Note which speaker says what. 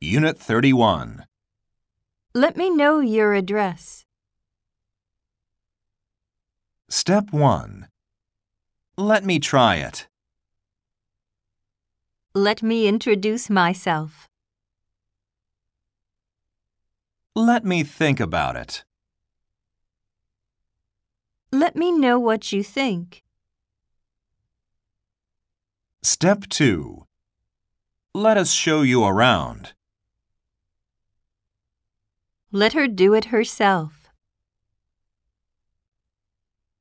Speaker 1: Unit 31.
Speaker 2: Let me know your address.
Speaker 1: Step 1. Let me try it.
Speaker 2: Let me introduce myself.
Speaker 1: Let me think about it.
Speaker 2: Let me know what you think.
Speaker 1: Step 2. Let us show you around.
Speaker 2: Let her do it herself.